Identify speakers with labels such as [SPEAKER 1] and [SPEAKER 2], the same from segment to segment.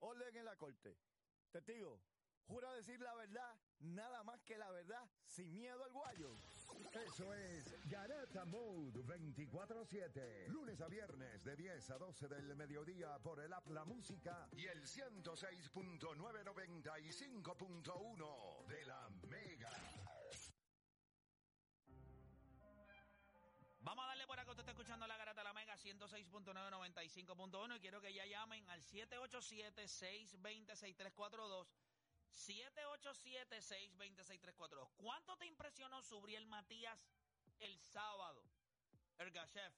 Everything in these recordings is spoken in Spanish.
[SPEAKER 1] Orden en la corte. Testigo, jura decir la verdad, nada más que la verdad, sin miedo al guayo.
[SPEAKER 2] Eso es Garata Mode 24-7. Lunes a viernes de 10 a 12 del mediodía por el App La Música y el 106.995.1 de la Mega.
[SPEAKER 3] Vamos a darle por acá, usted está escuchando la garata de la Mega 106.995.1 y quiero que ya llamen al 787-620-6342. 787-620-6342. ¿Cuánto te impresionó Subriel Matías el sábado? Ergashev,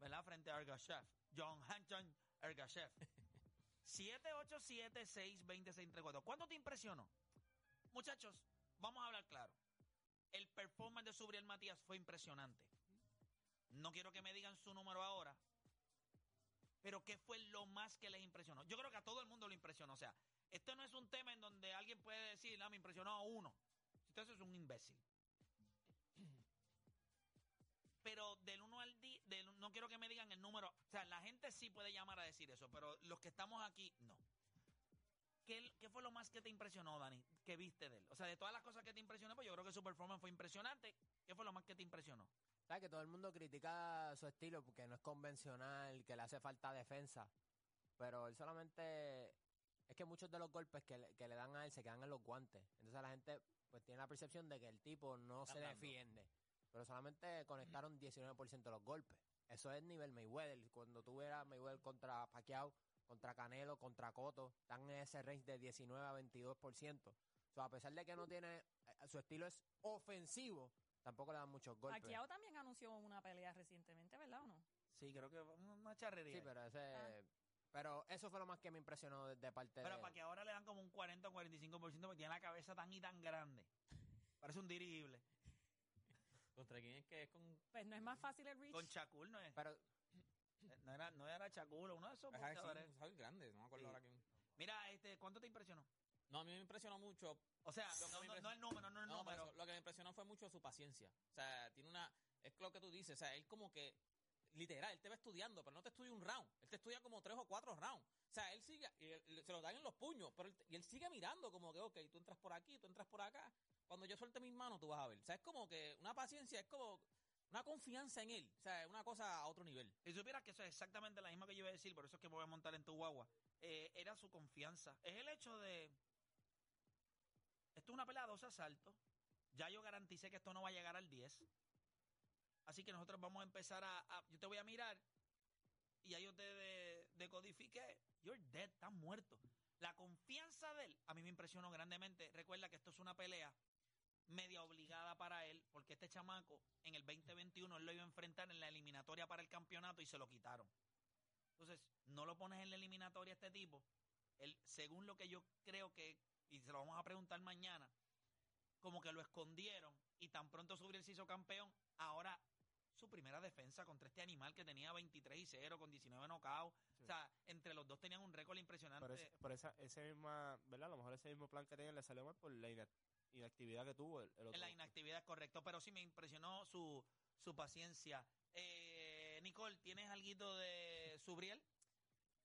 [SPEAKER 3] ¿verdad? Frente a Ergashev. John Hanson Ergashev. 787-620-6342. ¿Cuánto te impresionó? Muchachos, vamos a hablar claro. El performance de Subriel Matías fue impresionante. No quiero que me digan su número ahora. Pero ¿qué fue lo más que les impresionó? Yo creo que a todo el mundo lo impresionó. O sea, esto no es un tema en donde alguien puede decir, ah, me impresionó a uno. Entonces es un imbécil. Pero del 1 al 10, no quiero que me digan el número. O sea, la gente sí puede llamar a decir eso, pero los que estamos aquí, no. ¿Qué, qué fue lo más que te impresionó, Dani? ¿Qué viste de él? O sea, de todas las cosas que te impresionó, pues yo creo que su performance fue impresionante. ¿Qué fue lo más que te impresionó?
[SPEAKER 4] ¿Sabes que todo el mundo critica su estilo porque no es convencional, que le hace falta defensa? Pero él solamente... Es que muchos de los golpes que le, que le dan a él se quedan en los guantes. Entonces la gente pues tiene la percepción de que el tipo no se
[SPEAKER 3] Tapando.
[SPEAKER 4] defiende. Pero solamente conectaron 19% de los golpes. Eso es nivel Mayweather. Cuando tú eras Mayweather contra Pacquiao, contra Canelo, contra Cotto, están en ese range de 19 a 22%. O sea, a pesar de que no tiene... eh, Su estilo es ofensivo, tampoco le dan muchos golpes.
[SPEAKER 5] Pacquiao también anunció una pelea recientemente, ¿verdad o no?
[SPEAKER 3] Sí, creo que una charrería.
[SPEAKER 4] Sí,
[SPEAKER 3] pero
[SPEAKER 4] pero ese. Pero eso fue lo más que me impresionó de, de parte
[SPEAKER 6] eh,
[SPEAKER 4] de.
[SPEAKER 3] para que ahora le dan como un 40 o 45% porque tiene la cabeza tan y tan grande. Parece un dirigible.
[SPEAKER 6] ¿Contra quién es que es con...?
[SPEAKER 5] Pues no es más fácil el reach.
[SPEAKER 3] Con Chacul no es. eh,
[SPEAKER 4] Pero
[SPEAKER 3] No era, no era Chacul, uno de esos
[SPEAKER 6] Ajá, sí,
[SPEAKER 3] boxeadores.
[SPEAKER 6] un sabe grande, no me acuerdo
[SPEAKER 3] Sí.
[SPEAKER 6] ahora quién.
[SPEAKER 3] Mira, este, ¿cuánto te impresionó?
[SPEAKER 6] No, a mí me impresionó mucho.
[SPEAKER 3] O sea,
[SPEAKER 6] Lo que
[SPEAKER 3] no, no-
[SPEAKER 6] me
[SPEAKER 3] no el número, no el
[SPEAKER 6] No, pero
[SPEAKER 3] número.
[SPEAKER 6] eso, lo que me impresionó fue mucho su paciencia. O sea, tiene una... Es lo que tú dices, o sea, él como que... Literal, él te va estudiando, pero no te estudia un round. Él te estudia como tres o cuatro rounds. O sea, él sigue... y él- se lo dan en los puños, pero él, y él sigue mirando como que, ok, tú entras por aquí, tú entras por acá. Cuando yo suelte mis manos, tú vas a ver. O sea, es como que una paciencia, es como una confianza en él. O sea, es una cosa a otro nivel.
[SPEAKER 3] Si supieras que eso es exactamente la misma que yo iba a decir, por eso es que me voy a montar en tu guagua. Eh, era su confianza. Es el hecho de. Esto es una pelea de dos asaltos. Ya yo garanticé que esto no va a llegar al 10. Así que nosotros vamos a empezar a. a- yo te voy a mirar. Y ya yo te de- decodifiqué. You're dead, estás muerto. La confianza de él a mí me impresionó grandemente. Recuerda que esto es una pelea media obligada para él, porque este chamaco en el 2021 él lo iba a enfrentar en la eliminatoria para el campeonato y se lo quitaron. Entonces, no lo pones en la eliminatoria a este tipo. Él, según lo que yo creo que, y se lo vamos a preguntar mañana, como que lo escondieron y tan pronto Subriel se hizo campeón, ahora su primera defensa contra este animal que tenía 23 y 0 con 19 nocaos. O sea, entre los dos tenían un récord impresionante.
[SPEAKER 7] Pero, es- pero esa, ese misma, ¿verdad? A lo mejor ese mismo plan que tenían le salió mal por la inac- inactividad que tuvo el, el otro.
[SPEAKER 3] En la inactividad, correcto. Pero sí me impresionó su, su paciencia. Eh, Nicole, ¿tienes algo de Subriel?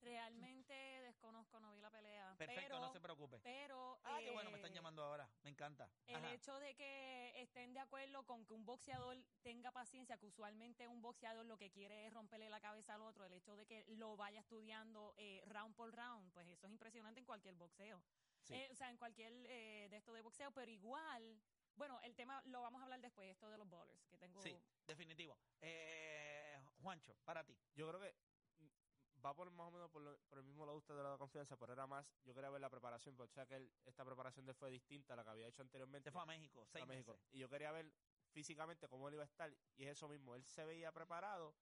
[SPEAKER 5] Realmente desconozco, no vi la pelea.
[SPEAKER 3] Perfecto,
[SPEAKER 5] pero,
[SPEAKER 3] no se preocupe.
[SPEAKER 5] pero
[SPEAKER 3] Ah, qué bueno, me están
[SPEAKER 5] eh,
[SPEAKER 3] llamando ahora. Me encanta.
[SPEAKER 5] El
[SPEAKER 3] Ajá.
[SPEAKER 5] hecho de que estén de acuerdo con que un boxeador tenga paciencia, que usualmente un boxeador lo que quiere es romperle la cabeza al otro, el hecho de que lo vaya estudiando eh, round por round, pues eso es impresionante en cualquier boxeo.
[SPEAKER 7] Sí.
[SPEAKER 5] Eh, o sea, en cualquier eh, de esto de boxeo, pero igual, bueno, el tema lo vamos a hablar después, esto de los bowlers, que tengo...
[SPEAKER 3] Sí, definitivo. Eh, Juancho, para ti.
[SPEAKER 7] Yo creo que mm, va por más o menos por, lo- por el mismo lado usted de la confianza, pero era más, yo quería ver la preparación, porque o sea que él- esta preparación de él fue distinta a la que había hecho anteriormente.
[SPEAKER 3] Se fue a México, seis
[SPEAKER 7] a México.
[SPEAKER 3] meses.
[SPEAKER 7] Y yo quería ver físicamente cómo él iba a estar, y es eso mismo, él se veía preparado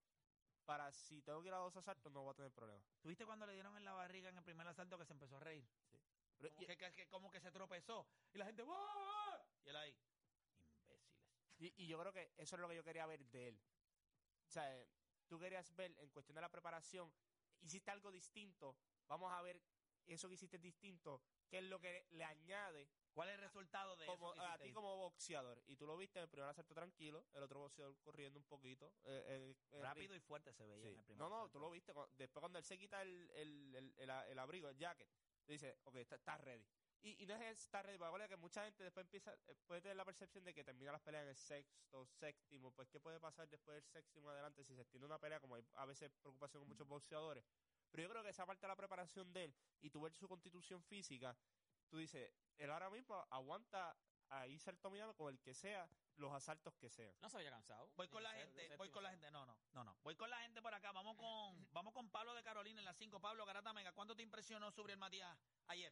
[SPEAKER 7] para si tengo que ir a dos asaltos no voy a tener problemas.
[SPEAKER 3] ¿Tuviste cuando le dieron en la barriga en el primer asalto que se empezó a reír?
[SPEAKER 7] Pero-
[SPEAKER 3] Como
[SPEAKER 7] y-
[SPEAKER 3] que, que- que- como que se tropezó. Y la gente, ¡Wow! Y él ahí, imbéciles.
[SPEAKER 7] Y, y yo creo que eso es lo que yo quería ver de él. O sea, eh, tú querías ver en cuestión de la preparación, hiciste algo distinto, vamos a ver eso que hiciste distinto, que es lo que le añade
[SPEAKER 3] ¿Cuál es el resultado de
[SPEAKER 7] como,
[SPEAKER 3] eso? que
[SPEAKER 7] a
[SPEAKER 3] hiciste
[SPEAKER 7] ti
[SPEAKER 3] ahí?
[SPEAKER 7] como boxeador. Y tú lo viste en el primer asalto tranquilo, el otro boxeador corriendo un poquito. eh, eh, eh,
[SPEAKER 3] Rápido y fuerte se veía
[SPEAKER 7] Sí.
[SPEAKER 3] en el primer
[SPEAKER 7] No, no,
[SPEAKER 3] asalto.
[SPEAKER 7] tú lo viste. cu- Después cuando él se quita el, el, el, el a- el abrigo, el jacket, tú dices, ok, está, está ready. Y, y no es el está ready, porque acuérdate que mucha gente después empieza, eh, puede tener la percepción de que termina las peleas en el sexto, séptimo, pues qué puede pasar después del séptimo adelante si se extiende una pelea, como hay a veces preocupación con muchos boxeadores. Pero yo creo que esa parte de la preparación de él y tu ver su constitución física, tú dices, él ahora mismo aguanta a irse al Tomiyama con el que sea, los asaltos que sean.
[SPEAKER 6] No se había cansado.
[SPEAKER 3] Voy con la
[SPEAKER 6] Sexto,
[SPEAKER 3] gente, voy
[SPEAKER 6] séptimo,
[SPEAKER 3] con la
[SPEAKER 6] sexto.
[SPEAKER 3] gente. No, no, no, no. Voy con la gente por acá. Vamos con, vamos con Pablo de Carolina en las 5. Pablo Garata Mega, ¿cuánto te impresionó sobre el Matías ayer?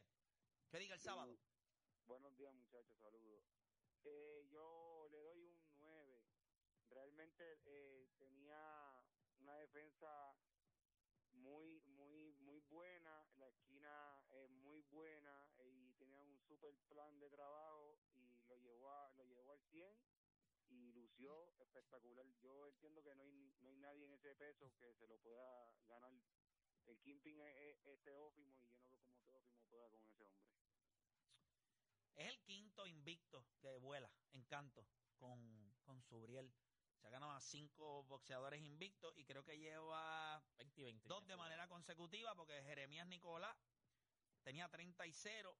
[SPEAKER 3] Que diga el sábado.
[SPEAKER 8] Buenos días, muchachos, saludos. Eh, yo le doy un 9. Realmente eh, tenía una defensa muy, muy, muy buena. La esquina es muy buena eh, y tenía un super plan de trabajo y lo llevó, a- lo llevó al 100 y lució espectacular. Yo entiendo que no hay, ni- no hay nadie en ese peso que se lo pueda ganar. El Kimping es, es- es Teófimo y yo no veo cómo Teófimo pueda con ese hombre.
[SPEAKER 3] Es el quinto invicto que vuela en canto con, con Subriel. Se ha ganado a cinco boxeadores invictos y creo que lleva
[SPEAKER 6] 20 y 20.
[SPEAKER 3] dos de manera consecutiva porque Jeremías Nicolás tenía 30 y 0.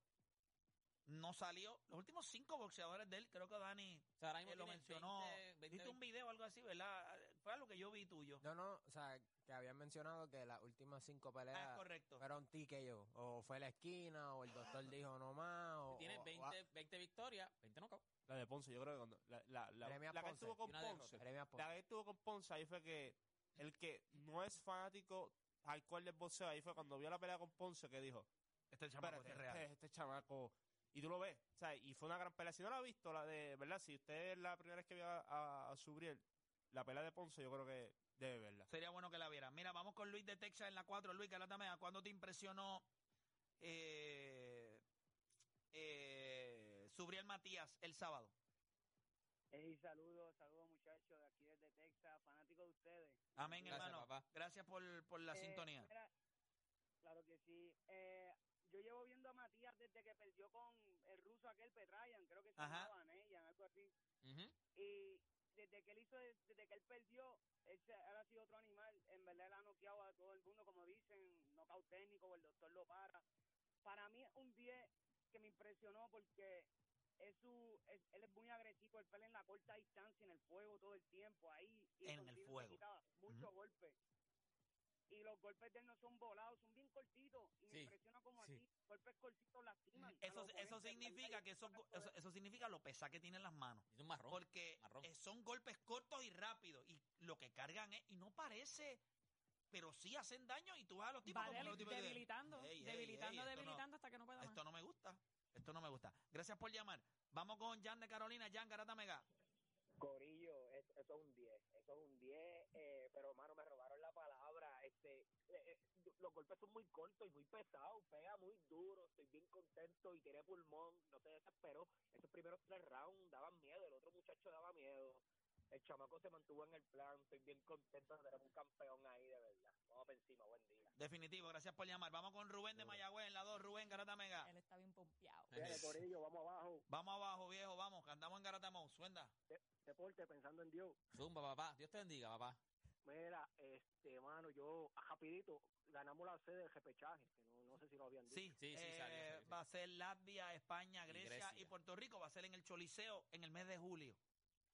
[SPEAKER 3] No salió. Los últimos cinco boxeadores de él, creo que Dani
[SPEAKER 6] O sea, ahora
[SPEAKER 3] eh,
[SPEAKER 6] mismo
[SPEAKER 3] lo
[SPEAKER 6] tiene
[SPEAKER 3] mencionó.
[SPEAKER 6] 20, 20,
[SPEAKER 3] Viste un video o algo así, ¿verdad? Fue algo que yo vi tuyo.
[SPEAKER 4] No, no, o sea, que habían mencionado que las últimas cinco peleas
[SPEAKER 3] Ah, es correcto.
[SPEAKER 4] fueron yo O fue la esquina, o el doctor
[SPEAKER 3] Ah.
[SPEAKER 4] dijo no más, o...
[SPEAKER 6] Tiene
[SPEAKER 4] o- ah, o-
[SPEAKER 6] 20, 20 victorias, 20 knockouts.
[SPEAKER 7] La de Ponce, yo creo que cuando... La, la, la,
[SPEAKER 4] Jeremías
[SPEAKER 7] la que él
[SPEAKER 4] Ponce
[SPEAKER 7] tuvo con
[SPEAKER 6] y una derrota.
[SPEAKER 7] Ponce.
[SPEAKER 4] Jeremías Ponce.
[SPEAKER 7] La que estuvo con Ponce, ahí fue que el que no es fanático al cual del boxeo, ahí fue cuando vio la pelea con Ponce que dijo,
[SPEAKER 3] Este chamaco
[SPEAKER 7] espérate,
[SPEAKER 3] es real.
[SPEAKER 6] eh.
[SPEAKER 7] este, este chamaco, y tú lo ves, o sea, y fue una gran pelea. Si no la ha visto, la de, ¿verdad? Si usted es la primera vez que vio a, a, a Subriel, la pelea de Ponce, yo creo que debe verla.
[SPEAKER 3] Sería bueno que la viera. Mira, vamos con Luis de Texas en la 4. Luis, calátame, ¿a cuándo te impresionó eh, eh, Subriel Matías el sábado?
[SPEAKER 9] Hey, saludos, saludos muchachos de aquí desde Texas, fanático de ustedes.
[SPEAKER 3] Amén,
[SPEAKER 6] Gracias,
[SPEAKER 3] hermano.
[SPEAKER 6] papá.
[SPEAKER 3] Gracias por, por la
[SPEAKER 9] Eh,
[SPEAKER 3] sintonía.
[SPEAKER 9] mira, claro que sí. Eh, yo llevo viendo a Matías desde que perdió con el ruso aquel Petrayan, creo que se
[SPEAKER 3] Ajá.
[SPEAKER 9] llamaba Neyan, algo así.
[SPEAKER 6] Ujú.
[SPEAKER 9] Y desde que él hizo, desde que él perdió, él, se, él ha sido otro animal. En verdad, él ha noqueado a todo el mundo, como dicen, nocaut técnico, o el doctor lo para. Para mí es un 10 que me impresionó porque es su, es- él es muy agresivo, él pelea en la corta distancia, en el fuego todo el tiempo, ahí. Y
[SPEAKER 3] En el
[SPEAKER 9] contigo se
[SPEAKER 3] fuego.
[SPEAKER 9] quita Muchos golpes. Y los golpes de él no son volados, son bien cortitos. Y me
[SPEAKER 6] Sí,
[SPEAKER 9] impresiona como
[SPEAKER 6] sí.
[SPEAKER 9] así, golpes cortitos lastiman. a
[SPEAKER 3] Eso,
[SPEAKER 9] los
[SPEAKER 3] eso
[SPEAKER 9] oponentes,
[SPEAKER 3] significa
[SPEAKER 9] brinca
[SPEAKER 3] que
[SPEAKER 9] y
[SPEAKER 3] esos
[SPEAKER 9] saca
[SPEAKER 3] go-
[SPEAKER 9] todo
[SPEAKER 3] eso, eso significa lo pesado que tienen las manos.
[SPEAKER 6] Es un marrón.
[SPEAKER 3] Porque
[SPEAKER 6] marrón.
[SPEAKER 3] eh, son golpes cortos y rápidos. Y lo que cargan es, y no parece, pero sí hacen daño. Y tú vas a los tipos
[SPEAKER 5] Va
[SPEAKER 3] como
[SPEAKER 5] deli-
[SPEAKER 3] los tipos que-
[SPEAKER 5] debilitando,
[SPEAKER 3] Ey, ey,
[SPEAKER 5] debilitando,
[SPEAKER 3] ey, esto no-
[SPEAKER 5] debilitando hasta que no pueda más.
[SPEAKER 3] Esto no me gusta. Esto no me gusta. Gracias por llamar. Vamos con Jan de Carolina. Jan Garata Mega.
[SPEAKER 10] Corillo, es- eso es un 10, eso es un 10, eh, pero mano, me robaron la palabra, este, eh, eh, los golpes son muy cortos y muy pesados, pega muy duro, estoy bien contento y tiene pulmón, no se desesperó, esos primeros tres rounds daban miedo, el otro muchacho daba miedo, el chamaco se mantuvo en el plan, estoy bien contento de tener un campeón ahí, de verdad, vamos para encima, buen día.
[SPEAKER 3] Definitivo, gracias por llamar. Vamos con Rubén de Mayagüez en la 2. Rubén, Garata Mega.
[SPEAKER 5] Él está bien pompeado.
[SPEAKER 10] Fíjate, Corillo, vamos abajo,
[SPEAKER 3] Vamos abajo, viejo, vamos. que andamos en Garata Mou. Suenda.
[SPEAKER 10] deporte, pensando en Dios.
[SPEAKER 6] Zumba, papá. Dios te bendiga, papá.
[SPEAKER 10] Mira, este, mano, yo, ah, rapidito, ganamos la sede del repechaje, que no, no sé si lo habían dicho.
[SPEAKER 3] Sí,
[SPEAKER 6] Sí, sí,
[SPEAKER 3] eh,
[SPEAKER 6] salió, salió, sí.
[SPEAKER 3] Va a ser Latvia, España,
[SPEAKER 6] Y
[SPEAKER 3] Grecia y,
[SPEAKER 6] Grecia.
[SPEAKER 3] Puerto Rico. Va a ser en el Choliseo en el mes de julio.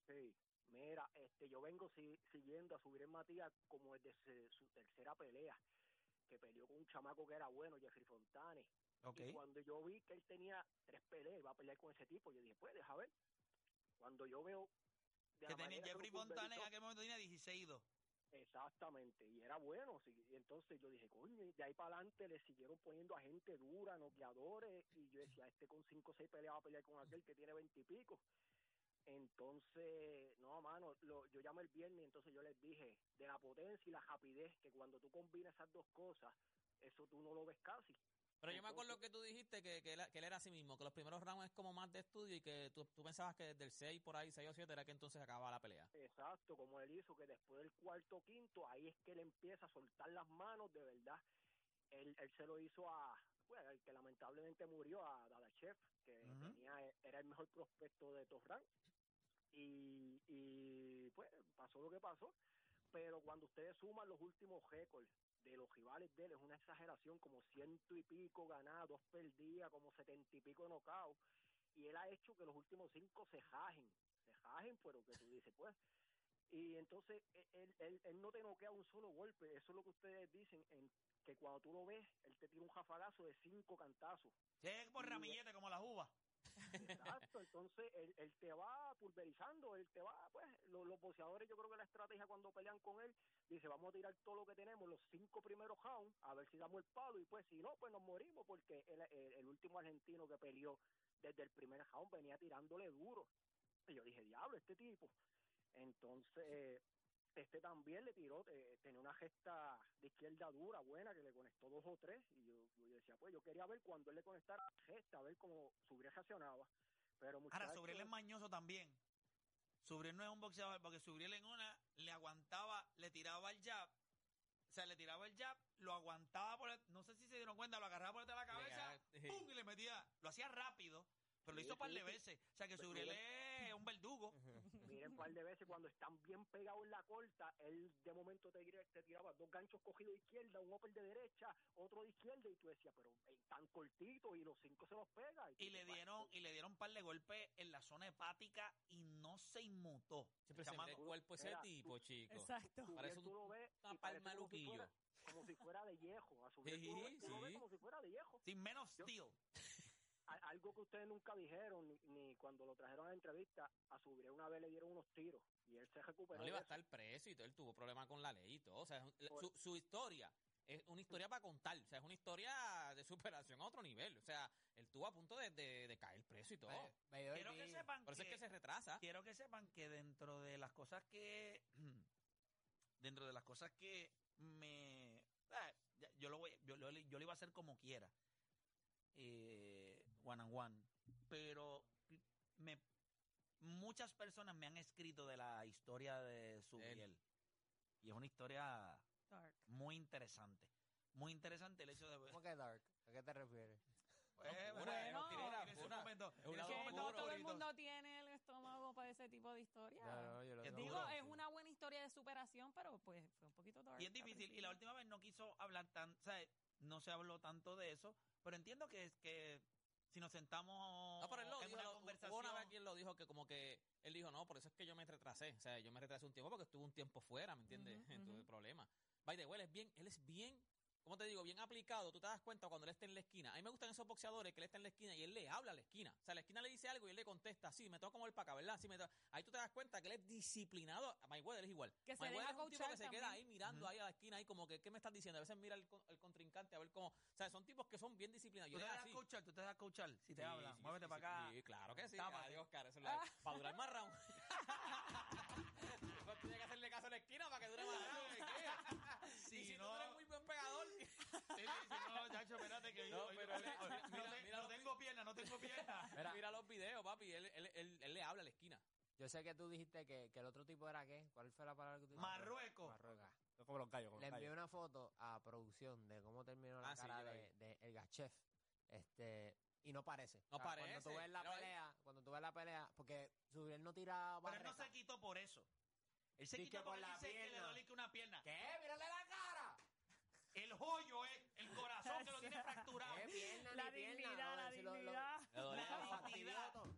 [SPEAKER 10] Sí, mira, este, yo vengo si- siguiendo a subir en Matías como desde se- su tercera pelea, que peleó con un chamaco que era bueno, Jeffrey Fontanes.
[SPEAKER 3] Ok.
[SPEAKER 10] Y cuando yo vi que él tenía tres peleas, iba a pelear con ese tipo, yo dije, pues, deja ver. Cuando yo veo... de
[SPEAKER 3] Que
[SPEAKER 10] la
[SPEAKER 3] tenía
[SPEAKER 10] manera que
[SPEAKER 3] Jeffrey
[SPEAKER 10] lo
[SPEAKER 3] Fontana en
[SPEAKER 10] pulverizó-
[SPEAKER 3] aquel momento tenía 16 y 2.
[SPEAKER 10] Exactamente, y era bueno. sí, y entonces yo dije, coño, y de ahí para adelante le siguieron poniendo a gente dura, noqueadores, y yo decía, este con 5 o 6 peleas va a pelear con aquel que tiene 20 y pico. Entonces, no, mano, lo- yo llamé el viernes, entonces yo les dije, de la potencia y la rapidez, que cuando tú combinas esas dos cosas, eso tú no lo ves casi.
[SPEAKER 6] Pero yo me acuerdo que tú dijiste que, que, él, que él era así mismo, que los primeros rounds es como más de estudio y que tú, tú pensabas que desde el 6 por ahí, 6 o 7 era que entonces acababa la pelea.
[SPEAKER 10] Exacto, como él hizo, que después del cuarto quinto, ahí es que él empieza a soltar las manos de verdad. Él, él se lo hizo a, pues, el que lamentablemente murió a Dadachev, que
[SPEAKER 3] Ujú.
[SPEAKER 10] tenía, era el mejor prospecto de Torran. Y, y pues pasó lo que pasó. Pero cuando ustedes suman los últimos récords de los rivales de él, es una exageración, como ciento y pico ganados, dos perdidas, como setenta y pico nocaut. Y él ha hecho que los últimos cinco se jajen, se jajen, pero que tú dices, pues, y entonces e- él, él, él no te noquea un solo golpe. Eso es lo que ustedes dicen, en que cuando tú lo ves, él te tira un jafagazo de cinco cantazos.
[SPEAKER 3] Sí, es por ramillete, como las uvas.
[SPEAKER 10] Exacto. Entonces él, él te va pulverizando, él te va, pues, los, los boxeadores, yo creo que la estrategia cuando pelean con él, dice, vamos a tirar todo lo que tenemos, los cinco primeros rounds, a ver si damos el palo. Y pues si no, pues nos morimos, porque el, el- el último argentino que peleó desde el primer round venía tirándole duro. Y yo dije, diablo, este tipo. Entonces, eh, este también le tiró, eh, tenía una gesta de izquierda dura, buena, que le conectó dos o tres. Y yo, yo decía, pues yo quería ver cuando él le conectara la gesta, a ver cómo Subriel reaccionaba. Pero
[SPEAKER 3] Ahora,
[SPEAKER 10] muchachos,
[SPEAKER 3] Subriel es mañoso también. Subriel no es un boxeador, porque Subriel en una le aguantaba, le tiraba el jab. O sea, le tiraba el jab, lo aguantaba por el- No sé si se dieron cuenta, lo agarraba por detrás de la cabeza,
[SPEAKER 6] eh,
[SPEAKER 3] ¡pum! y le metía. Lo hacía rápido, pero lo
[SPEAKER 10] Sí,
[SPEAKER 3] hizo un par de
[SPEAKER 10] sí, sí.
[SPEAKER 3] veces. O sea, que Subriel es un verdugo.
[SPEAKER 10] miren un par de veces cuando están bien pegados en la corta, él de momento te, tira- te tiraba dos ganchos cogidos de izquierda, un open de derecha, otro de izquierda, y tú decías, pero eh, tan cortito y los cinco se los pega.
[SPEAKER 3] Y
[SPEAKER 10] tú
[SPEAKER 3] le
[SPEAKER 10] dices,
[SPEAKER 3] dieron y le dieron un par de golpes en la zona hepática y no se inmutó.
[SPEAKER 6] Siempre
[SPEAKER 3] El
[SPEAKER 6] se ve el
[SPEAKER 3] chamaco.
[SPEAKER 6] cuerpo ese
[SPEAKER 10] Mira,
[SPEAKER 6] tipo, chico.
[SPEAKER 5] Exacto.
[SPEAKER 10] Subriel
[SPEAKER 6] Parece un-
[SPEAKER 10] tú lo ves
[SPEAKER 6] una
[SPEAKER 10] y parece
[SPEAKER 6] palma de
[SPEAKER 10] como si
[SPEAKER 6] luquillo.
[SPEAKER 10] fuera- como si fuera de viejo. A Subriel tú, lo ves, tú lo ves
[SPEAKER 6] Sí,
[SPEAKER 10] como si fuera de viejo.
[SPEAKER 3] Sin menos
[SPEAKER 10] Yo-
[SPEAKER 3] tío.
[SPEAKER 10] A- algo que ustedes nunca dijeron, ni, ni cuando lo trajeron a la entrevista, a Subriel una vez le dieron unos tiros y él se recuperó.
[SPEAKER 6] No le iba a
[SPEAKER 10] de eso.
[SPEAKER 6] estar preso y todo, él tuvo problemas con la ley y todo. O sea, es un- la-
[SPEAKER 10] Por-
[SPEAKER 6] su, su historia es una historia para contar. O sea, es una historia de superación a otro nivel. O sea, él estuvo a punto de, de- de caer preso y todo.
[SPEAKER 4] Ve- ve hoy
[SPEAKER 3] Quiero que
[SPEAKER 4] día.
[SPEAKER 3] sepan
[SPEAKER 6] Por eso es que se retrasa.
[SPEAKER 3] quiero que sepan que dentro de las cosas que dentro de las cosas que me ah, ya- yo lo voy yo, lo- yo lo iba a hacer como quiera eh, one on one pero me muchas personas me han escrito de la historia de su y es una historia
[SPEAKER 5] Dark.
[SPEAKER 3] muy interesante muy interesante el hecho de
[SPEAKER 4] ¿Cómo que dark? ¿A qué te refieres?
[SPEAKER 3] Pues,
[SPEAKER 6] Oscura,
[SPEAKER 5] es
[SPEAKER 3] bueno,
[SPEAKER 5] oscura,
[SPEAKER 3] tiene su
[SPEAKER 6] oscura.
[SPEAKER 3] momento,
[SPEAKER 6] un
[SPEAKER 3] tiene su
[SPEAKER 6] lado
[SPEAKER 5] Que
[SPEAKER 3] momento
[SPEAKER 5] no
[SPEAKER 6] oscuro.
[SPEAKER 5] todo el
[SPEAKER 3] favorito.
[SPEAKER 5] mundo tiene el estómago para ese tipo de historia.
[SPEAKER 4] Ya, no, yo lo
[SPEAKER 3] Que
[SPEAKER 4] tengo
[SPEAKER 5] Digo,
[SPEAKER 4] claro.
[SPEAKER 5] es una buena historia de superación, pero pues fue un poquito dark.
[SPEAKER 3] Y es
[SPEAKER 5] al
[SPEAKER 3] difícil. Y
[SPEAKER 5] principio.
[SPEAKER 3] la última vez no quiso hablar tan, o sea, no se habló tanto de eso, pero entiendo que es que si nos sentamos
[SPEAKER 6] No, Ah, pero él lo
[SPEAKER 3] en
[SPEAKER 6] dijo,
[SPEAKER 3] una
[SPEAKER 6] lo- hubo
[SPEAKER 3] conversación,
[SPEAKER 6] una vez quien lo dijo que como que él dijo, no, por eso es que yo me retrasé. O sea, yo me retrasé un tiempo porque estuve un tiempo fuera, ¿me entiendes?
[SPEAKER 5] Ujú,
[SPEAKER 6] Tuve
[SPEAKER 5] ujú.
[SPEAKER 6] problemas. By the way, él es bien, él es bien, ¿cómo te digo? Bien aplicado. Tú te das cuenta cuando él está en la esquina. A mí me gustan esos boxeadores que él está en la esquina y él le habla a la esquina. O sea, la esquina le dice algo y él le contesta, sí, me toca como el paca, ¿verdad? Sí, me toca. Ahí tú te das cuenta que él es disciplinado. Mayweather es igual.
[SPEAKER 5] Que se
[SPEAKER 6] Mayweather
[SPEAKER 5] deja
[SPEAKER 6] es un tipo que
[SPEAKER 5] coachar
[SPEAKER 6] se queda
[SPEAKER 5] también.
[SPEAKER 6] ahí mirando
[SPEAKER 3] Ujú.
[SPEAKER 6] ahí a la esquina, ahí como que, ¿qué me estás diciendo? A veces mira el, con- el contrincante a ver cómo... O sea, son tipos que son bien disciplinados.
[SPEAKER 3] tú
[SPEAKER 6] Yo
[SPEAKER 3] te
[SPEAKER 6] era
[SPEAKER 3] dejas
[SPEAKER 6] así.
[SPEAKER 3] coachar, tú te dejas coachar. Si te
[SPEAKER 6] Sí,
[SPEAKER 3] hablan,
[SPEAKER 6] sí,
[SPEAKER 3] muévete
[SPEAKER 6] sí,
[SPEAKER 3] para
[SPEAKER 6] sí,
[SPEAKER 3] acá.
[SPEAKER 6] Sí, claro que sí.
[SPEAKER 3] Tápate.
[SPEAKER 6] Adiós, cara. Eso es la- Para durar más round. Pues Tienes que hacerle caso a la esquina para que dure más round.
[SPEAKER 3] Si
[SPEAKER 6] y si
[SPEAKER 3] no,
[SPEAKER 6] tú eres muy buen pegador,
[SPEAKER 3] sí, sí, si no, chacho, espérate que
[SPEAKER 6] No,
[SPEAKER 3] hoy- hoy
[SPEAKER 6] pero
[SPEAKER 3] no,
[SPEAKER 6] él-
[SPEAKER 3] te-
[SPEAKER 6] mira,
[SPEAKER 3] no te-
[SPEAKER 6] mira
[SPEAKER 3] no
[SPEAKER 6] lo-
[SPEAKER 3] tengo pierna, no tengo pierna.
[SPEAKER 4] Mira,
[SPEAKER 6] mira los videos, papi. Él, él, él, él le habla a la esquina.
[SPEAKER 4] yo sé que tú dijiste que, que el otro tipo era qué. ¿Cuál fue la palabra que tú dijiste?
[SPEAKER 3] Marruecos.
[SPEAKER 4] Marruecos.
[SPEAKER 7] Yo como los gallos, como
[SPEAKER 4] Le
[SPEAKER 7] los
[SPEAKER 4] envié
[SPEAKER 7] gallos.
[SPEAKER 4] una foto a producción de cómo terminó la
[SPEAKER 6] Ah, sí,
[SPEAKER 4] cara
[SPEAKER 6] yo la
[SPEAKER 4] de, de El Gachef. Este, y no parece. Ah,
[SPEAKER 6] No
[SPEAKER 4] Cuando tú
[SPEAKER 6] parece,
[SPEAKER 4] ves la
[SPEAKER 6] míralo ahí.
[SPEAKER 4] pelea, cuando tú ves la pelea, porque Subriel no tira
[SPEAKER 3] Pero él no
[SPEAKER 4] barreta.
[SPEAKER 3] se quitó por eso. Él se
[SPEAKER 4] Dice
[SPEAKER 3] quitó
[SPEAKER 4] que
[SPEAKER 3] por
[SPEAKER 4] por la
[SPEAKER 3] dice que le
[SPEAKER 4] pierna.
[SPEAKER 3] dolí que una pierna.
[SPEAKER 4] ¿Qué? ¡Mírale la cara!
[SPEAKER 3] El joyo es el corazón que lo tiene fracturado.
[SPEAKER 4] ¡Qué pierna,
[SPEAKER 5] La
[SPEAKER 4] ni pierna!
[SPEAKER 5] dignidad,
[SPEAKER 4] no,
[SPEAKER 5] la
[SPEAKER 4] si lo- lo-
[SPEAKER 5] dignidad.
[SPEAKER 3] La
[SPEAKER 4] lo- lo fastidió
[SPEAKER 3] dignidad.
[SPEAKER 4] todo.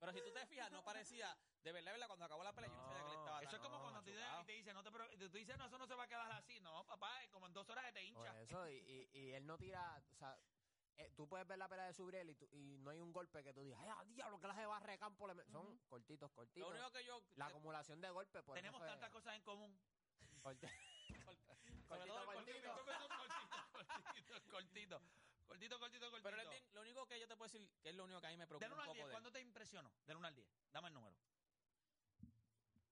[SPEAKER 6] Pero si tú te fijas, no parecía. De verdad, de verdad, cuando acabó la pelea, yo no sabía que le
[SPEAKER 4] No,
[SPEAKER 6] estaba
[SPEAKER 3] Eso es
[SPEAKER 6] tan
[SPEAKER 3] como
[SPEAKER 4] No,
[SPEAKER 3] cuando te,
[SPEAKER 6] machucado.
[SPEAKER 3] y te dicen, no te pre- tú dices, no, eso no se va a quedar así. No, papá, como en dos horas se te
[SPEAKER 4] Por
[SPEAKER 3] hincha.
[SPEAKER 4] eso, y, y- y él no tira, o sea, eh, tú puedes ver la pelea de Subriel y, tú- y no hay un golpe que tú digas, ¡ay, ah, diablo, clase de barra de campo! le me-". Son
[SPEAKER 5] Ujú.
[SPEAKER 4] cortitos,
[SPEAKER 6] Lo
[SPEAKER 4] cortitos.
[SPEAKER 6] único que yo.
[SPEAKER 4] La
[SPEAKER 6] eh,
[SPEAKER 4] acumulación de golpes, por eso
[SPEAKER 3] Tenemos
[SPEAKER 4] fue-
[SPEAKER 3] tantas cosas en común.
[SPEAKER 4] corti-
[SPEAKER 6] pues. sobre todo el
[SPEAKER 4] cortito,
[SPEAKER 6] cortito.
[SPEAKER 3] Cortito, cortito, cortito, cortito,
[SPEAKER 6] Pero él es
[SPEAKER 3] cortito.
[SPEAKER 6] bien- lo único que yo te puedo decir que es lo único que a mí me preocupa
[SPEAKER 3] Del 1
[SPEAKER 6] un
[SPEAKER 3] al
[SPEAKER 6] poco
[SPEAKER 3] 10,
[SPEAKER 6] de él.
[SPEAKER 3] ¿cuándo te impresionó? Del 1 al 10, dame el número.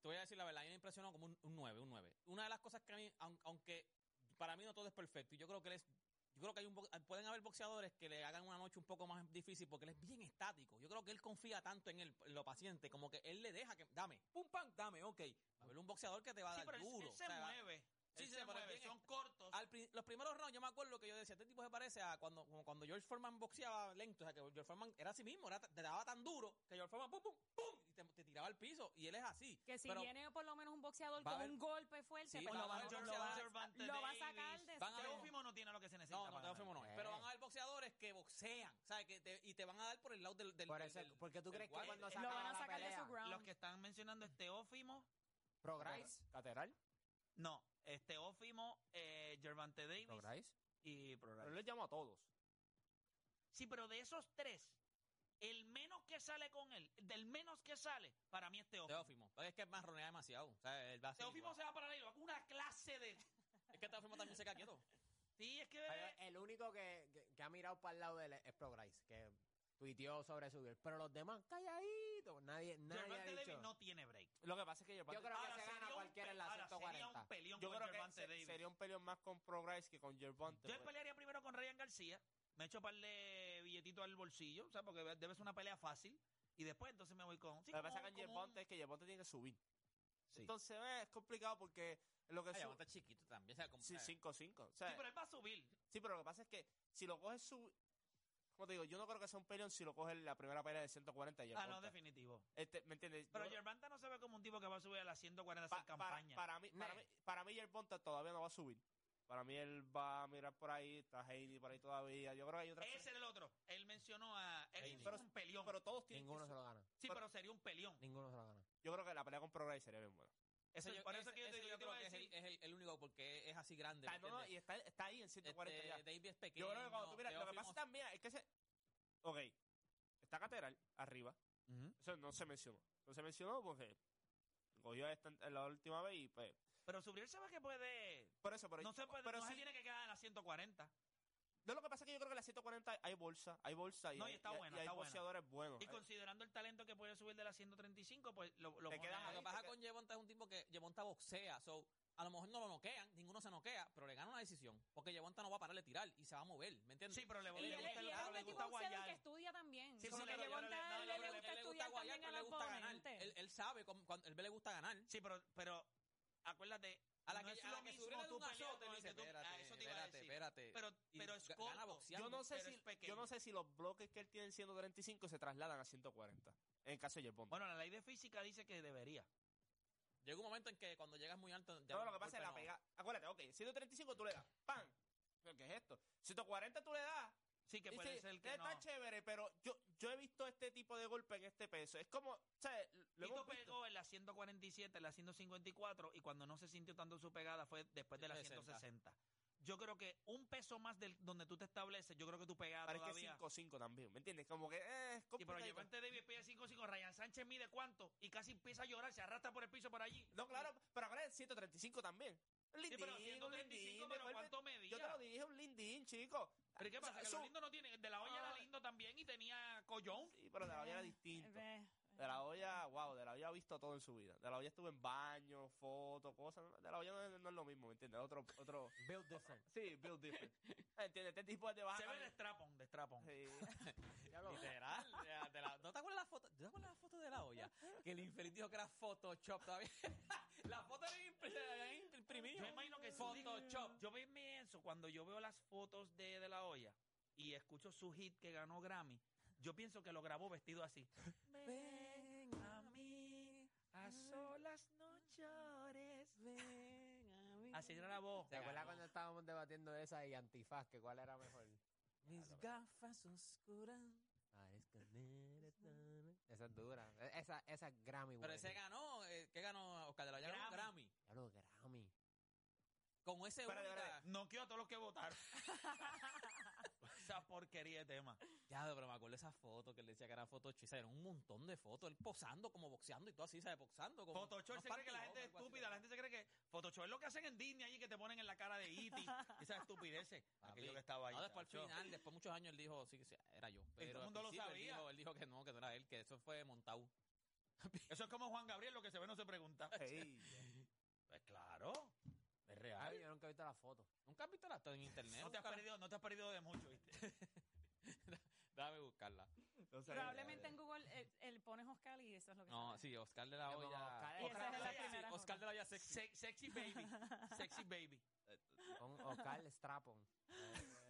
[SPEAKER 6] Te voy a decir la verdad, a mí me impresionó como un, un 9, un 9. Una de las cosas que a mí, aun- aunque para mí no todo es perfecto, y yo creo que él es, yo creo que hay un, bo- pueden haber boxeadores que le hagan una noche un poco más difícil porque él es bien estático. Yo creo que él confía tanto en, el, en lo paciente, como que él le deja que, dame, pum, pam, dame, ok. Va a haber un boxeador que te va a
[SPEAKER 3] Sí,
[SPEAKER 6] dar
[SPEAKER 3] pero él-
[SPEAKER 6] duro.
[SPEAKER 3] él se
[SPEAKER 6] o sea,
[SPEAKER 3] mueve.
[SPEAKER 6] Sí,
[SPEAKER 3] Él
[SPEAKER 6] sí,
[SPEAKER 3] se
[SPEAKER 6] pero
[SPEAKER 3] mueve,
[SPEAKER 6] bien- Ah,
[SPEAKER 3] son cortos.
[SPEAKER 6] al pri- los primeros rounds yo me acuerdo que yo parecía, este tipo se parece a cuando, como cuando George Foreman boxeaba lento. O sea, que George Foreman era así mismo, era, ta- te daba tan duro que George Foreman pum, pum, pum, y te, te tiraba al piso. Y él es así.
[SPEAKER 5] Que si
[SPEAKER 6] Pero
[SPEAKER 5] viene por lo menos un boxeador
[SPEAKER 6] Va a
[SPEAKER 5] con
[SPEAKER 6] haber-
[SPEAKER 5] un golpe fuerte,
[SPEAKER 6] Sí,
[SPEAKER 5] pues
[SPEAKER 6] va a
[SPEAKER 5] lo va,
[SPEAKER 6] haber
[SPEAKER 5] lo
[SPEAKER 6] boxeador,
[SPEAKER 5] va-
[SPEAKER 3] Cervantes
[SPEAKER 5] lo va a
[SPEAKER 3] Davis.
[SPEAKER 5] sacar de
[SPEAKER 6] Van a haber-
[SPEAKER 5] su-
[SPEAKER 3] Teófimo Este no tiene lo que se necesita.
[SPEAKER 6] No, no,
[SPEAKER 3] para ganar.
[SPEAKER 6] Teófimo no es.
[SPEAKER 4] Eh.
[SPEAKER 6] Pero van a haber boxeadores que boxean, ¿sabes? Que te- y te van a dar por el lado del... del
[SPEAKER 4] Por
[SPEAKER 6] del-
[SPEAKER 4] eso,
[SPEAKER 6] del-
[SPEAKER 4] porque tú
[SPEAKER 6] del
[SPEAKER 4] crees que
[SPEAKER 6] guante.
[SPEAKER 4] cuando
[SPEAKER 6] Eh,
[SPEAKER 4] se
[SPEAKER 5] Lo
[SPEAKER 4] acaba
[SPEAKER 5] van a
[SPEAKER 4] la
[SPEAKER 5] sacar de
[SPEAKER 4] pelea,
[SPEAKER 5] su ground.
[SPEAKER 3] Los que están mencionando este es Teófimo.
[SPEAKER 4] Prograis, Catedral,
[SPEAKER 3] No, es Teófimo, eh, Gervante Davis
[SPEAKER 4] Prograis.
[SPEAKER 3] y Prograis.
[SPEAKER 7] Pero él les llamo a todos.
[SPEAKER 3] Sí, pero de esos tres, el menos que sale con él, del menos que sale, para mí este es Teófimo.
[SPEAKER 6] Teófimo. Pero Es que marronea demasiado. O sea, él va a ser
[SPEAKER 3] Teófimo
[SPEAKER 6] igual.
[SPEAKER 3] se va para ahí, una clase de...
[SPEAKER 6] Es que Teófimo también se queda quieto.
[SPEAKER 3] Sí, es que...
[SPEAKER 4] Pero
[SPEAKER 5] Eh,
[SPEAKER 4] El único que, que- que ha mirado para el lado de él es Prograis, que tuiteó sobre su Pero los demás, calladitos. Nadie, nadie ha
[SPEAKER 3] Gervante
[SPEAKER 4] dicho.
[SPEAKER 3] Davis no tiene break.
[SPEAKER 7] Lo que pasa es que yo,
[SPEAKER 4] Yo creo
[SPEAKER 3] Ahora
[SPEAKER 4] que se
[SPEAKER 3] sería
[SPEAKER 4] gana
[SPEAKER 3] un
[SPEAKER 4] cualquiera
[SPEAKER 3] pe-
[SPEAKER 4] en la
[SPEAKER 3] ahora Sería
[SPEAKER 4] 140.
[SPEAKER 3] un peleón
[SPEAKER 7] yo
[SPEAKER 3] con
[SPEAKER 7] creo que
[SPEAKER 3] Gervante
[SPEAKER 7] se- pues.
[SPEAKER 3] Davis.
[SPEAKER 7] sería un peleón más con Prograis que con Gervonta.
[SPEAKER 3] Yo pelearía primero con Ryan García, me echo par de billetitos al bolsillo, o sea, porque debe ser una pelea fácil, y después entonces me voy con... sí,
[SPEAKER 7] Lo que pasa
[SPEAKER 3] como-
[SPEAKER 7] con
[SPEAKER 3] como
[SPEAKER 7] Gervonta
[SPEAKER 3] un-
[SPEAKER 7] es que Gervonta tiene que subir.
[SPEAKER 3] Sí.
[SPEAKER 7] Entonces eh, es complicado porque lo que
[SPEAKER 6] Ay,
[SPEAKER 7] sube...
[SPEAKER 6] aguanta chiquito también. O sea, como,
[SPEAKER 7] Sí,
[SPEAKER 6] eh,
[SPEAKER 7] 5-5. O sea,
[SPEAKER 3] Sí, pero él va a subir.
[SPEAKER 7] Sí, pero lo que pasa es que si lo coges su... Como te digo, yo no creo que sea un peleón si lo coges la primera pelea de 140 y el
[SPEAKER 3] Ah, no,
[SPEAKER 7] Volta.
[SPEAKER 3] definitivo.
[SPEAKER 7] Este, ¿Me entiendes? Yo
[SPEAKER 3] Pero
[SPEAKER 7] creo-
[SPEAKER 3] Gervonta no se ve como un tipo que va a subir a las 140 a
[SPEAKER 7] pa-
[SPEAKER 3] hacer
[SPEAKER 7] para,
[SPEAKER 3] campaña.
[SPEAKER 7] para mí,
[SPEAKER 4] Nah.
[SPEAKER 7] para mí, para mí el Bonta todavía no va a subir. Para mí él va a mirar por ahí, está Heidi por ahí todavía. Yo creo que hay otra...
[SPEAKER 3] Ese era el otro. Él mencionó a... Él
[SPEAKER 4] Ahí
[SPEAKER 3] hizo
[SPEAKER 4] mismo.
[SPEAKER 3] un peleón.
[SPEAKER 7] Pero todos tienen que
[SPEAKER 4] Ninguno se
[SPEAKER 7] subir.
[SPEAKER 4] lo gana.
[SPEAKER 3] sí,
[SPEAKER 7] pero-
[SPEAKER 3] pero sería un peleón.
[SPEAKER 4] Ninguno se lo gana.
[SPEAKER 7] Yo creo que la pelea con Prograis sería bien buena.
[SPEAKER 3] Eso-
[SPEAKER 6] ese yo-
[SPEAKER 3] por eso
[SPEAKER 6] ese-
[SPEAKER 3] que yo te
[SPEAKER 6] ese
[SPEAKER 3] digo, yo te
[SPEAKER 6] creo
[SPEAKER 3] iba a
[SPEAKER 6] que es el-
[SPEAKER 3] decir-
[SPEAKER 6] es el, el único porque es así grande.
[SPEAKER 7] Está,
[SPEAKER 6] ¿me
[SPEAKER 7] no, no,
[SPEAKER 6] entiendes?
[SPEAKER 7] y está, está ahí en 140
[SPEAKER 6] Este,
[SPEAKER 7] ya.
[SPEAKER 6] Davis es pequeño.
[SPEAKER 7] Yo creo que cuando tú miras, lo que
[SPEAKER 6] Teófimo-
[SPEAKER 7] pasa también es que se... Ok, está Catedral arriba. Eso no se mencionó. No se mencionó porque cogió a esta en la última vez y pues...
[SPEAKER 3] Pero subir se ve que puede...
[SPEAKER 7] Por eso, pero...
[SPEAKER 3] No se puede,
[SPEAKER 7] pero
[SPEAKER 3] no se
[SPEAKER 7] sí-
[SPEAKER 3] tiene que quedar en las 140.
[SPEAKER 7] No, lo que pasa es que yo creo que en la 140 hay bolsa, hay bolsa y
[SPEAKER 3] No, y
[SPEAKER 7] hay,
[SPEAKER 3] está buena,
[SPEAKER 7] y hay
[SPEAKER 3] está buena.
[SPEAKER 7] boxeadores buenos. Eh,
[SPEAKER 3] Y
[SPEAKER 7] Hay-
[SPEAKER 3] considerando el talento que puede subir de las 135, pues lo, lo
[SPEAKER 7] Te
[SPEAKER 3] pone
[SPEAKER 7] quedas
[SPEAKER 6] Lo
[SPEAKER 3] ahí.
[SPEAKER 6] que pasa con Yevonta es un tipo que Yevonta boxea, so, a lo mejor no lo noquean, ninguno se noquea, pero le gana una decisión, porque Yevonta no va a pararle tirar y se va a mover, ¿me entiendes?
[SPEAKER 3] Sí, pero le,
[SPEAKER 5] Y
[SPEAKER 3] le
[SPEAKER 5] él,
[SPEAKER 3] gusta,
[SPEAKER 5] y él es un
[SPEAKER 3] le
[SPEAKER 5] tipo
[SPEAKER 3] gusta
[SPEAKER 5] boxeador que
[SPEAKER 3] guayar.
[SPEAKER 5] estudia también.
[SPEAKER 3] Sí,
[SPEAKER 5] Como
[SPEAKER 3] pero
[SPEAKER 5] que
[SPEAKER 3] le-
[SPEAKER 5] le
[SPEAKER 3] pero le-
[SPEAKER 5] gusta-
[SPEAKER 3] no,
[SPEAKER 5] le
[SPEAKER 3] pero le-
[SPEAKER 5] gusta
[SPEAKER 6] él le gusta
[SPEAKER 5] estudiar
[SPEAKER 6] guayar,
[SPEAKER 5] también
[SPEAKER 6] pero
[SPEAKER 5] al
[SPEAKER 6] le gusta ganar.
[SPEAKER 5] oponente.
[SPEAKER 6] Él, él sabe cómo- cuando él le gusta ganar.
[SPEAKER 3] Sí, pero, pero acuérdate,
[SPEAKER 6] A la
[SPEAKER 3] no
[SPEAKER 6] que,
[SPEAKER 3] es
[SPEAKER 6] a
[SPEAKER 3] lo
[SPEAKER 6] la que
[SPEAKER 3] mismo
[SPEAKER 6] subirle de
[SPEAKER 3] tú
[SPEAKER 6] un
[SPEAKER 3] pelear
[SPEAKER 6] azote,
[SPEAKER 3] con
[SPEAKER 6] él
[SPEAKER 3] el
[SPEAKER 6] dice,
[SPEAKER 3] que tú-
[SPEAKER 6] espérate,
[SPEAKER 3] ah, eso te iba a
[SPEAKER 6] espérate,
[SPEAKER 3] decir.
[SPEAKER 6] espérate.
[SPEAKER 3] Pero,
[SPEAKER 6] Y
[SPEAKER 3] pero
[SPEAKER 6] ga-
[SPEAKER 3] es
[SPEAKER 6] gana
[SPEAKER 3] corto.
[SPEAKER 6] boxeando.
[SPEAKER 7] Yo no, sé
[SPEAKER 3] pero
[SPEAKER 7] si,
[SPEAKER 3] es pequeño.
[SPEAKER 7] yo no sé si los bloques que él tiene en 135 se trasladan a 140. En el caso de Yerbonta.
[SPEAKER 3] Bueno, la ley de física dice que debería.
[SPEAKER 6] Llega un momento en que cuando llegas muy alto... ya
[SPEAKER 7] no, lo
[SPEAKER 6] los
[SPEAKER 7] que pasa es la
[SPEAKER 6] golpes no-
[SPEAKER 7] pega. Acuérdate, ok, 135 tú le das, ¡pam! Pero, ¿Qué es esto? 140 tú le das.
[SPEAKER 3] Sí, que
[SPEAKER 7] y
[SPEAKER 3] puede
[SPEAKER 7] sí,
[SPEAKER 3] ser que no.
[SPEAKER 7] está chévere, pero yo, yo he visto este tipo de golpe en este peso. Es como, ¿sabes?
[SPEAKER 3] Tito
[SPEAKER 7] Lo hemos visto.
[SPEAKER 3] pegó en la 147, en la 154 y cuando no se sintió tanto su pegada fue después de la
[SPEAKER 6] 160.
[SPEAKER 3] 160. Yo creo que un peso más del donde tú te estableces, yo creo que tu pegada
[SPEAKER 7] Parece que
[SPEAKER 3] todavía...
[SPEAKER 7] 5-5 también, ¿me entiendes? Como que eh, es
[SPEAKER 3] Sí, pero
[SPEAKER 7] complicadito.
[SPEAKER 3] Llevante Davis pide 5-5, Ryan Sánchez mide cuánto y casi empieza a llorar, se arrastra por el piso por allí.
[SPEAKER 7] No, claro, pero acuérdate, 135 también.
[SPEAKER 3] Sí, pero
[SPEAKER 7] Lindín,
[SPEAKER 3] 135,
[SPEAKER 7] un lindín,
[SPEAKER 3] pero
[SPEAKER 7] vuelve-
[SPEAKER 3] ¿cuánto
[SPEAKER 7] Yo
[SPEAKER 3] medía?
[SPEAKER 7] te lo dije, un lindín, chico.
[SPEAKER 3] Pero ¿y ¿qué
[SPEAKER 7] O sea,
[SPEAKER 3] pasa? Que
[SPEAKER 7] eso-
[SPEAKER 3] los lindos no tienen... De la olla era
[SPEAKER 7] Ay.
[SPEAKER 3] lindo también y tenía collón.
[SPEAKER 7] Sí, pero de la olla
[SPEAKER 3] Ah,
[SPEAKER 7] era
[SPEAKER 5] Eh,
[SPEAKER 7] distinto.
[SPEAKER 5] eh,
[SPEAKER 7] De la olla, wow, de la olla ha visto todo en su vida. De la olla estuve en baño, fotos, cosas. De la olla no, es- no es lo mismo, ¿me entiendes? Otro, otro.
[SPEAKER 4] Build different.
[SPEAKER 7] Sí, build different. ¿Entiendes? Este tipo es de baja.
[SPEAKER 3] Se ve de strapón, de strapón.
[SPEAKER 7] Sí.
[SPEAKER 6] Literal. de la- Ah, de la- ¿No te acuerdas la foto? ¿Tú te acuerdas la foto de la olla? Que el infeliz dijo que era Photoshop todavía. la foto era impre- era imprimida.
[SPEAKER 3] Yo me imagino que su hit-
[SPEAKER 6] Photoshop.
[SPEAKER 3] Yo me pienso cuando yo veo las fotos de, de la olla y escucho su hit que ganó Grammy, yo pienso que lo grabó vestido así. Ven a mí, a solas no llores. Así era la voz.
[SPEAKER 4] ¿Te acuerdas cuando estábamos debatiendo esa y Antifaz, que cuál era mejor?
[SPEAKER 6] Mis gafas oscuras.
[SPEAKER 4] Esa es dura. E- Esa, esa es Grammy,
[SPEAKER 6] Pero
[SPEAKER 4] buena.
[SPEAKER 6] ese ganó, eh, ¿qué ganó Oscar de la Hoya? Ganó un
[SPEAKER 3] Grammy.
[SPEAKER 6] Grammy.
[SPEAKER 4] Ya lo Grammy.
[SPEAKER 6] Con ese
[SPEAKER 7] Espérate,
[SPEAKER 6] única-
[SPEAKER 7] espérate.
[SPEAKER 3] No quiero a todos los que votaron. Esa porquería de tema.
[SPEAKER 6] Ya, pero me acuerdo de esa foto que él decía que era Photoshop. O sea, Era un montón de fotos. Él posando, como boxeando y todo así, ¿sabes? Boxando. Como
[SPEAKER 3] Photoshop
[SPEAKER 6] unos
[SPEAKER 3] se cree que la gente
[SPEAKER 6] pantalones,
[SPEAKER 3] es
[SPEAKER 6] algo así,
[SPEAKER 3] estúpida, la gente se cree que Photoshop es lo que hacen en Disney allí que te ponen en la cara de E.T. Esas estupideces.
[SPEAKER 6] Papi,
[SPEAKER 3] Aquello que estaba ahí.
[SPEAKER 6] No, después al
[SPEAKER 3] chacho.
[SPEAKER 6] final, después muchos años él dijo, sí, que sí, era yo. Pero
[SPEAKER 3] todo el
[SPEAKER 6] al
[SPEAKER 3] mundo lo
[SPEAKER 6] principio
[SPEAKER 3] sabía.
[SPEAKER 6] Él dijo, él dijo que no, que no era él, que eso fue montado.
[SPEAKER 3] Eso es como Juan Gabriel, lo que se ve no se pregunta.
[SPEAKER 7] Ey.
[SPEAKER 3] Pues claro. Es real.
[SPEAKER 4] Ay, yo nunca he visto la foto.
[SPEAKER 6] Nunca has visto la en internet.
[SPEAKER 3] No te, has
[SPEAKER 6] Búscala.
[SPEAKER 3] perdido, no te has perdido de mucho, ¿viste?
[SPEAKER 6] Déjame buscarla.
[SPEAKER 7] No sé.
[SPEAKER 5] Probablemente en Google él, él pone Oscar y eso es lo que
[SPEAKER 6] No,
[SPEAKER 5] sale.
[SPEAKER 6] sí, Oscar de la
[SPEAKER 4] Como
[SPEAKER 6] olla.
[SPEAKER 4] Oscar-
[SPEAKER 5] Oh, Y esa es la
[SPEAKER 3] Oscar-
[SPEAKER 5] primera
[SPEAKER 6] Oscar de la olla sexy.
[SPEAKER 3] Se- sexy baby. Sexy baby.
[SPEAKER 4] Con Ocal Strapon. Eh,